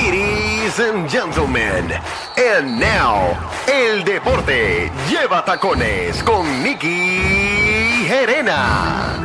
Ladies and gentlemen, and now, el deporte lleva tacones con Nicky Gerena.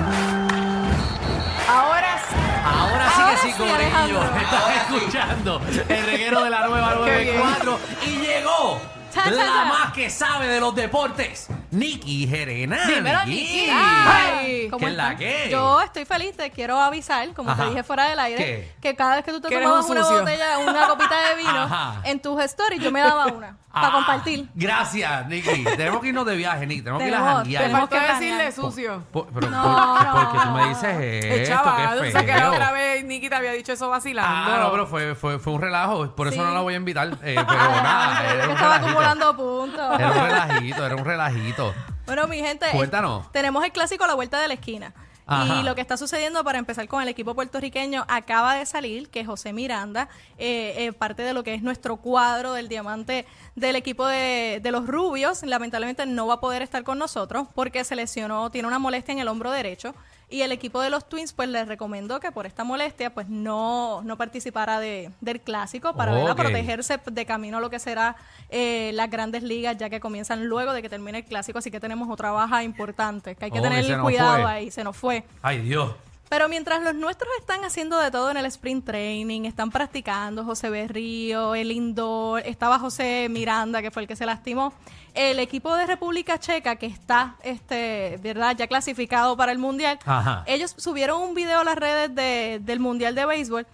Ahora sí. Ahora sí Ahora que sí, sí, Corillo. Alejandro. Estás escuchando el reguero de la nueva Qué bien. 94 y llegó Cha, cha, la cha. más que sabe de los deportes, Nikki Gerena. Dímelo, Nikki. Nicky. ¿Qué Ay, es la están? que? Yo estoy feliz, te quiero avisar, como Ajá. te dije fuera del aire, ¿Qué? que cada vez que tú te Que eres tomabas un una sucio. botella, una copita de vino, Ajá. en tus stories yo me daba una Ah, para compartir. Gracias, Nikki. tenemos que irnos de viaje, Nikki. Tenemos, que ir a Tenemos- janguear. Te tenemos faltó que decirle planear. sucio. Por- pero, No, por- no. ¿por qué tú me dices El esto? chaval, Qué o sea, que la feo. otra vez Nicky te había dicho eso vacilando. Ah, no, pero fue, fue, fue un relajo. Por eso Sí. no la voy a invitar. eh, pero nada, era un yo estaba relajito. acumulando puntos. Era un relajito, era un relajito. Bueno, mi gente, eh, Cuéntanos. tenemos el clásico a la vuelta de la esquina. Ajá. Y lo que está sucediendo para empezar con el equipo puertorriqueño acaba de salir que José Miranda, eh, eh, parte de lo que es nuestro cuadro del diamante del equipo de, de los rubios, lamentablemente no va a poder estar con nosotros porque se lesionó, tiene una molestia en el hombro derecho y el equipo de los Twins pues le recomendó que por esta molestia pues no, no participara de, del clásico para ¿verdad? Ok. protegerse de camino a lo que será eh, las grandes ligas ya que comienzan luego de que termine el clásico, así que tenemos otra baja importante, que hay que Oh, que se tener nos cuidado fue. ahí, se nos fue. Ay, Dios. Pero mientras los nuestros están haciendo de todo en el sprint training, están practicando, José Berrío, el indoor, estaba José Miranda, que fue el que se lastimó, el equipo de República Checa, que está, este, ¿verdad?, ya clasificado para el Mundial, Ajá. ellos subieron un video a las redes de- del Mundial de Béisbol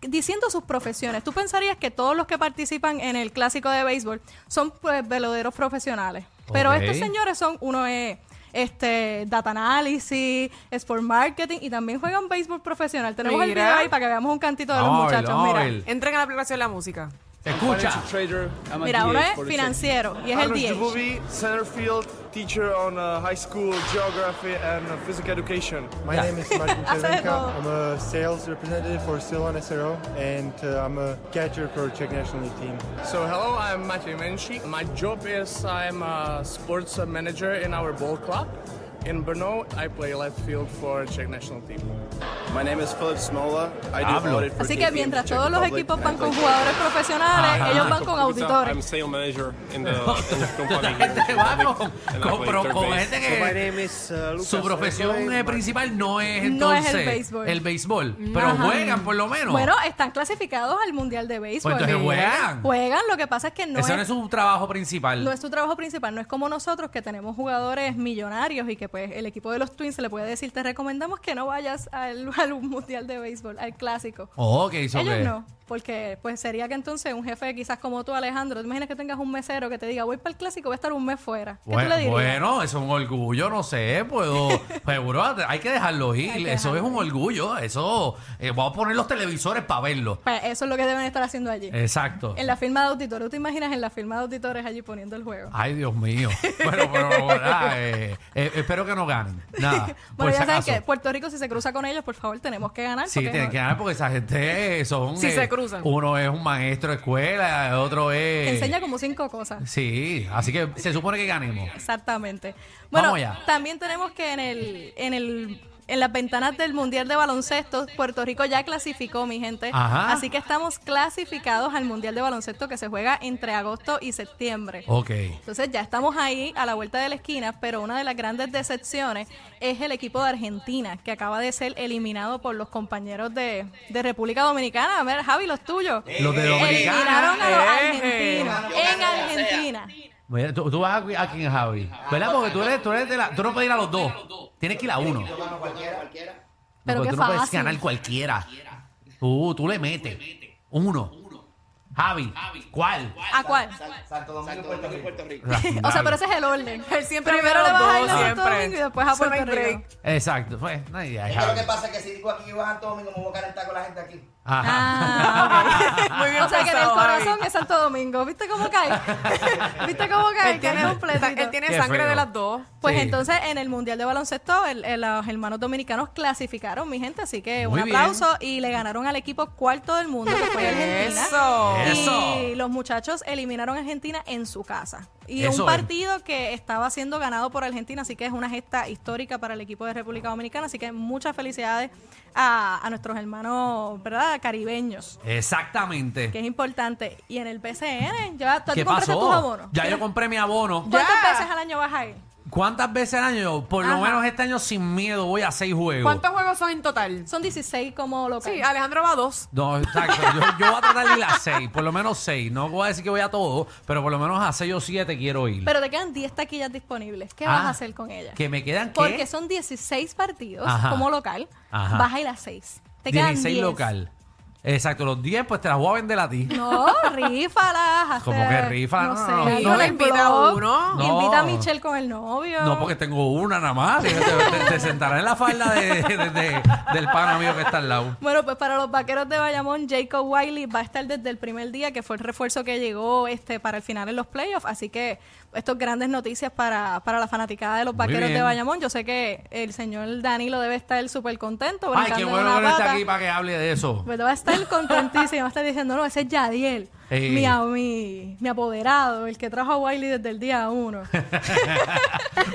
diciendo sus profesiones. ¿Tú pensarías que todos los que participan en el clásico de béisbol son pues, veloderos profesionales? Pero Ok. estos señores son, uno es este, data análisis, sport marketing y también juegan béisbol profesional. Tenemos el Mira. video ahí para que veamos un cantito de los Vamos a verlo, muchachos. vamos a Mira, verlo. Entren a la aplicación de la música. Escucha. Ah, mira uno es financiero y es el Carlos 10. Jabubi, center field teacher on uh, high school geography and uh, physical education. My Yeah. name is Martin Acero. Chevenka. I'm a sales representative for Silvan SRO and uh, I'm a catcher for Czech National League team. So hello, I'm Matthew Menshi. My job is I'm a sports manager in our ball club. In Brno, I play left field for Czech national team. My name is Philip Smola. I do Hablo. audit for Así DP que in mientras Czech todos los Republic, equipos and van I play con for- jugadores profesionales, Ajá. ellos van con I'm auditores. sale manager in the, in the company. La gente va Republic, con, and I con- play pero third con base. gente que uh, su profesión eh, principal no es No es entonces el béisbol. el béisbol, pero Ajá. juegan por lo menos. Bueno, están clasificados al Mundial de Béisbol. Pues entonces juegan. Juegan, lo que pasa es que no Ese no es es su trabajo principal. No es tu trabajo principal, no es como nosotros que tenemos jugadores millonarios y que pues el equipo de los Twins se le puede decir, te recomendamos que no vayas al, al mundial de béisbol, al clásico. Oh, ok, so Ellos que- no, porque pues sería que entonces un jefe quizás como tú, Alejandro, te imaginas que tengas un mesero que te diga, voy para el clásico, voy a estar un mes fuera. ¿Qué Bueno, tú le dirías? bueno, eso es un orgullo, no sé, puedo, seguro hay que dejarlo ir, Hay que eso es dejarlo un orgullo, eso, eh, vamos a poner los televisores para verlo. Pues, eso es lo que deben estar haciendo allí. Exacto. En la firma de auditores, ¿tú te imaginas en la firma de auditores allí poniendo el juego? Ay, Dios mío. Bueno, pero ¿verdad? Eh, eh, espero que no ganen. Nada. por Bueno, si ya saben acaso. que Puerto Rico, si se cruza con ellos, por favor, tenemos que ganar. Sí, porque tienen no- que ganar porque esa gente son. eh, Sí, se cruzan. Uno es un maestro de escuela, el otro es. Enseña como cinco cosas. Sí, así que se supone que ganemos. Exactamente. Vamos Bueno, allá. también tenemos que en el, en el en las ventanas del Mundial de Baloncesto, Puerto Rico ya clasificó, mi gente. Ajá. Así que estamos clasificados al Mundial de Baloncesto que se juega entre agosto y septiembre. Ok. Entonces ya estamos ahí a la vuelta de la esquina, pero una de las grandes decepciones es el equipo de Argentina, que acaba de ser eliminado por los compañeros de, de República Dominicana. A ver, Javi, los tuyos. Los de Dominicana. Eliminaron a los Eh. argentinos en Argentina. Mira, tú, tú vas a, a quien, Javi. ¿Verdad? Porque tú, eres, tú, eres de la- tú no puedes ir a los dos. Tienes que ir a uno. No, Pero qué tú no puedes fácil. ganar cualquiera. Tú, tú le metes. Uno. Javi, ¿cuál? ¿A cuál? O sea, pero ese es el orden. Él siempre Primero ve le a los vas dos, a ir a Santo siempre. Domingo y después a Eso no Puerto hay Rico. break. Exacto. Pues, ay, ay, Yo lo que Javi. pasa es que si digo aquí que iba Santo Domingo, me voy a calentar con la gente aquí. Ah, ok. Muy bien O sea, que en el pensado, Javi. corazón es Santo Domingo. ¿Viste cómo cae? ¿Viste cómo cae? Él tiene, Cae completito. él tiene Qué sangre feo. de las dos. Pues Sí. entonces en el Mundial de Baloncesto el- el- los hermanos dominicanos clasificaron, mi gente, así que Muy un bien. aplauso y le ganaron al equipo cuarto del mundo que fue Argentina. Eso. Eso. Y los muchachos eliminaron a Argentina en su casa. Y Eso un es. partido que estaba siendo ganado por Argentina, así que es una gesta histórica para el equipo de República Dominicana. Así que muchas felicidades a, a nuestros hermanos, ¿verdad? Caribeños, Exactamente. que es importante. Y en el PCN, ya, ¿tú, ¿Qué tú compraste tus pasó? abonos? Ya yo ¿Quieres- compré mi abono. ¿Cuántas Ya. veces al año vas a ir? ¿Cuántas veces al año? Por lo Ajá. menos este año sin miedo voy a seis juegos. ¿Cuántos juegos son en total? Son 16 como local. Sí, Alejandro va a dos. No, exacto. Yo, yo voy a tratar de ir a seis, por lo menos seis. No voy a decir que voy a todo, pero por lo menos a seis o siete quiero ir. Pero te quedan 10 taquillas disponibles. ¿Qué Ah, vas a hacer con ellas? que me quedan Porque qué? son 16 partidos Ajá. como local. Ajá. Vas a ir a 6. Te quedan 16 10. local. Exacto, los 10 pues te las voy a vender a ti. No, rífalas. hazte- ¿Cómo que rífalas? No, No, sé. no, hazle no. un Le invita a blog, uno. Invita a No. Michelle con el novio. No, porque tengo una nada más. Te, te- te sentarás en la falda de- de- de- del pana mío que está al lado. Bueno, pues para los vaqueros de Bayamón, Jacob Wiley va a estar desde el primer día, que fue el refuerzo que llegó este para el final en los playoffs. Así que estos grandes noticias para, para la fanaticada de los Muy vaqueros de bien. Bayamón. Yo sé que el señor Danilo debe estar súper contento. Ay, brincando qué en bueno una que no está pata. aquí para que hable de eso. Pero va a estar contentísimo, va a estar diciendo, no, ese es Yadiel, Eh. mi, a- mi, mi apoderado, el que trajo a Wiley desde el día uno.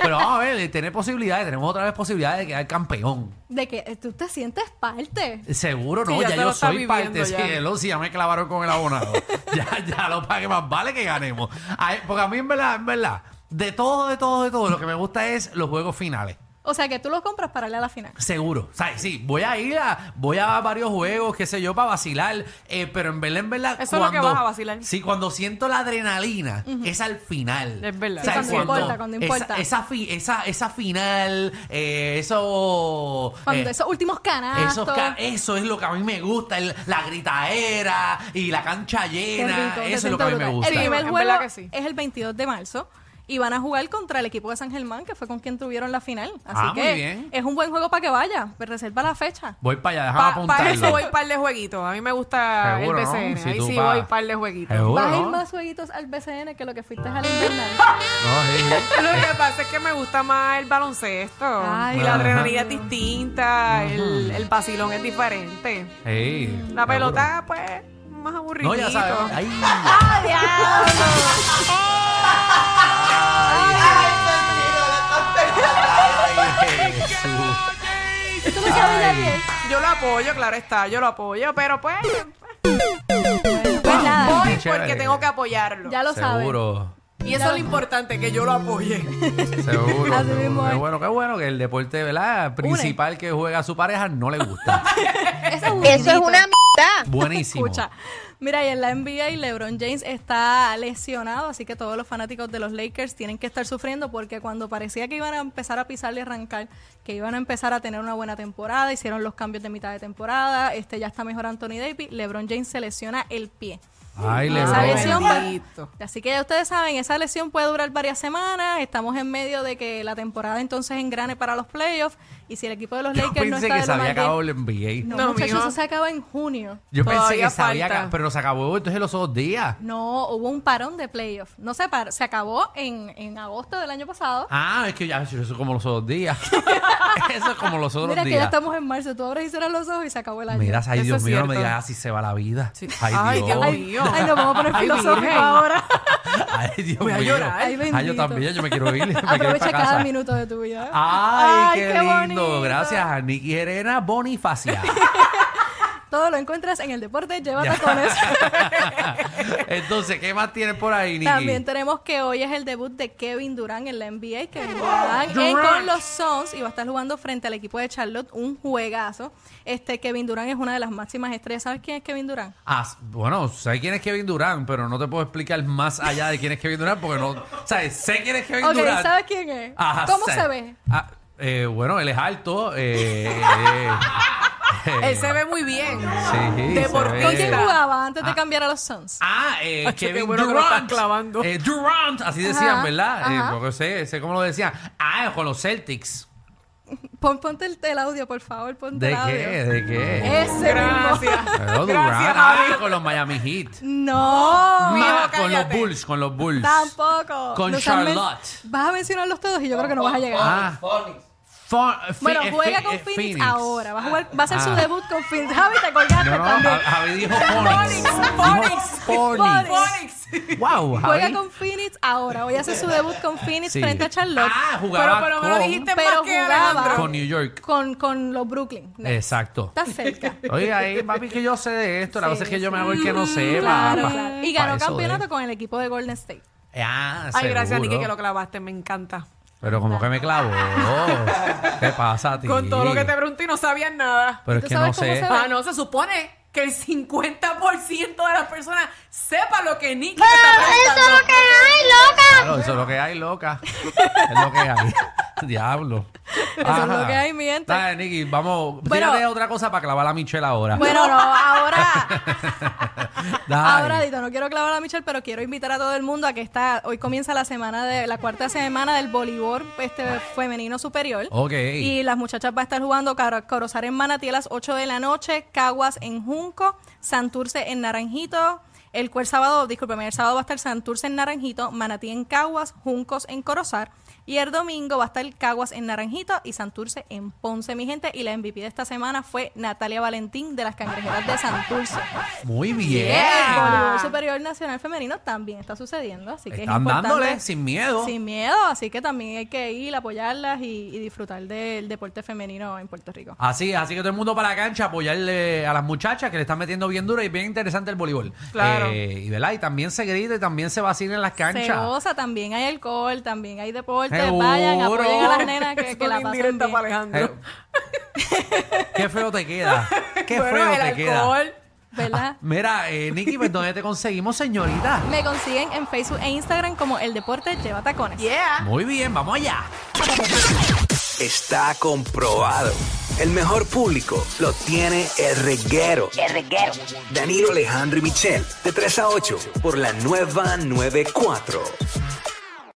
Pero vamos a ver, tener posibilidades, tenemos otra vez posibilidades de quedar campeón. De que eh, tú te sientes parte. Seguro no, Sí, ya, ya te yo lo está soy parte, viviendo sí, ya. el once ya me clavaron con el abonado. ya, ya lo pagué, más vale que ganemos. Ay, porque a mí en verdad, en verdad, de todo, de todo, de todo, lo que me gusta es los juegos finales. O sea, que tú lo compras para ir a la final. Seguro, ¿sabes? Sí, voy a ir a, voy a varios juegos, qué sé yo, para vacilar, eh, pero en verdad, en verdad... Eso es lo que vas a vacilar. Sí, cuando siento la adrenalina, es al final. Es verdad. Sí, cuando importa, cuando esa- importa. Esa, fi- esa, esa final, eh, eso... Cuando eh, esos últimos canastos. esos ca- eso es lo que a mí me gusta, el- la gritaera y la cancha qué llena. rico, te eso es lo sientes que a mí me brutal. gusta. El primer En juego verdad que sí. es el 22 de marzo. Y van a jugar contra el equipo de San Germán, que fue con quien tuvieron la final. Así Ah, muy que bien. es un buen juego para que vaya. Pero reserva la fecha. Voy para allá, déjame Para apuntarlo. eso voy par de jueguitos. A mí me gusta Seguro, el ¿no? BCN. Si Ahí tú sí vas. voy par de jueguitos. Seguro, Vas a ir ¿no? más jueguitos al BCN que lo que fuiste al invernal. No, sí, sí. Lo que pasa es que me gusta más el baloncesto. Ay, y la Ajá. adrenalina es distinta, el, el vacilón es diferente. Sí, La seguro. pelota, pues, más aburridito. No, ya sabes. Ay, ¡Ah, diablo! ay, Jesús. ¿Tú lo sabes, Yadiel? Yo lo apoyo, claro está, yo lo apoyo, pero pues, Pues nada, voy chévere. porque tengo que apoyarlo. ya lo sabes. Seguro. Y eso es lo importante, que yo lo apoye. Seguro. Así seguro. mismo Qué es. bueno, qué bueno que el deporte ¿verdad? principal que juega su pareja no le gusta. Eso es una Buenísimo. Escucha, mira, y en la NBA LeBron James está lesionado, así que todos los fanáticos de los Lakers tienen que estar sufriendo porque cuando parecía que iban a empezar a pisarle y arrancar, que iban a empezar a tener una buena temporada, hicieron los cambios de mitad de temporada, este ya está mejor Anthony Davis, LeBron James se lesiona el pie. Ay, Esa lesión Lebron. va- Bendito. Así que ya ustedes saben, esa lesión puede durar varias semanas. Estamos en medio de que la temporada entonces engrane para los playoffs. Y si el equipo de los Yo Lakers no pensé está que de se lo había más bien- acabado el NBA. No, No, muchachos, mijo. eso se acaba en junio. Yo pensé Todavía que se había falta. acabado, pero nos acabó entonces los otros días. No, hubo un parón de playoffs. No se paró, se acabó en, en agosto del año pasado. Ah, es que ya eso es como los otros días. eso es como los otros Mira que ya días. estamos en marzo. Tú abres y cierras los ojos y se acabó el año. Mira, ay, Eso Dios es mío, no me cierto. digas así se va la vida. Sí. Ay, Ay, Dios. Dios Ay, mío. Ay, nos vamos a poner Ay, filosóficos virgen. ahora. Dios Voy a mío. llorar. Ay, yo bendito. también, yo me quiero ir. me quiero ir Aprovecha pa' cada casa. Ah. minuto de tu vida. Ay, qué, lindo. bonito. Gracias a Nicky Jerena Bonifacia. Todo lo encuentras en el deporte. Lleva Ya. tacones. Entonces, ¿qué más tienes por ahí, Nicky? También tenemos que hoy es el debut de Kevin Durant en la NBA, que Durant en con los Suns y va a estar jugando frente al equipo de Charlotte, un juegazo. Este Kevin Durant es una de las máximas estrellas. ¿Sabes quién es Kevin Durant? Ah, bueno, sé quién es Kevin Durán, pero no te puedo explicar más allá de quién es Kevin Durán porque no. O sea, sé quién es Kevin Ok, Durán. ¿sabes quién es? Ajá, ¿Cómo sé. se ve? Ah, eh, bueno, él es alto. eh, eh, eh, Él se ve muy bien. Sí, deportista. ¿Con quién Eh, jugaba antes de ah. cambiar a los Suns? Ah, eh, Acho, qué Kevin bueno que lo Durant. están clavando. Eh, Durant, así decían, Ajá, ¿verdad? Eh, ajá. porque sé, sé cómo lo decían. Ah, con los Celtics. Pon- ponte el, el audio, por favor, ponte ¿De el audio. qué? ¿De qué? Ese mismo. Eh, Gracias. Pero Durant, Gracias, ah, Javi. con los Miami Heat. No, Ah, Mijo, con los cállate. Bulls, con los Bulls. tampoco. Con Los han men- Charlotte. Vas a mencionarlos todos y yo creo que no vas a llegar. Ah. Phoenix. Fo- Bueno, Fe- eh, juega Fe- con eh, Phoenix, ahora. Va a, jugar, va a hacer su Ah. debut con Phoenix. Javi, te colgaste No, ah, no, también. Javi dijo Phoenix. Dijo Phoenix. Phoenix. Phoenix. Wow, ah, Juega Javi. con Phoenix ahora. Hoy hace su debut con Phoenix Sí. frente a Charlotte. Ah, jugaba pero por lo menos con- dijiste más que Alejandro. Con New York. Con, con los Brooklyn. Eh. Nets. Exacto. Está cerca. Oye, ahí, papi, que yo sé de esto. La Sí, cosa es que yo me sí. hago el que no sé. Claro, pa- pa- claro. Y pa ganó eso de- campeonato con el equipo de Golden State. Ah, Ay, gracias, seguro. Niki, que lo clavaste. Me encanta. Pero como que me clavó. ¿Qué pasa a ti? Con todo lo que te pregunté y no sabías nada. Pero es ¿Tú que sabes no cómo sé. se ve? Ah, no, se supone que el 50% de las personas sepa lo que Nicky Pero eso es lo que hay, loca. Claro, eso es lo que hay, loca. Es lo que hay. Diablo. es lo que hay, mi gente. Dale, Niki, vamos. Bueno. tírate otra cosa para clavar a Michelle ahora. Bueno, no, ahora, Dale. ahora, Dito, no quiero clavar a Michelle, pero quiero invitar a todo el mundo a que está, hoy comienza la semana de, la cuarta semana del voleibol este femenino superior. Ok. Y las muchachas van a estar jugando Caro- Corozal en Manatí a las 8 de la noche, Caguas en Junco, Santurce en Naranjito. El cual sábado, discúlpeme, el sábado va a estar Santurce en Naranjito, Manatí en Caguas, Juncos en Corozar. Y el domingo va a estar Caguas en Naranjito y Santurce en Ponce, mi gente. Y la MVP de esta semana fue Natalia Valentín de las Cangrejeras de Santurce. Muy bien. El voleibol superior nacional femenino también está sucediendo, así que es Están importante. dándole sin miedo. Sin miedo, así que también hay que ir, apoyarlas y, y disfrutar del deporte femenino en Puerto Rico. Así, así que todo el mundo para la cancha, apoyarle a las muchachas que le están metiendo bien duro y bien interesante el voleibol. Claro. Eh, y, ¿verdad? y también se grita y también se vacila en las Se canchas. goza, también hay alcohol, también hay deporte. Seguro. Vayan, apoyen a las nenas que, Es que la una pasen indirecta bien. para Alejandro. Eh, qué feo te queda. Qué Bueno, feo el te queda. alcohol. ¿Verdad? Mira, eh, Nicky, pues, ¿dónde te conseguimos, señorita? Me consiguen en Facebook e Instagram como El Deporte Lleva Tacones. Muy bien, vamos allá. Está comprobado. El mejor público lo tiene el reguero. El reguero. Danilo Alejandro y Michel, de 3 a 8, por la nueva 94.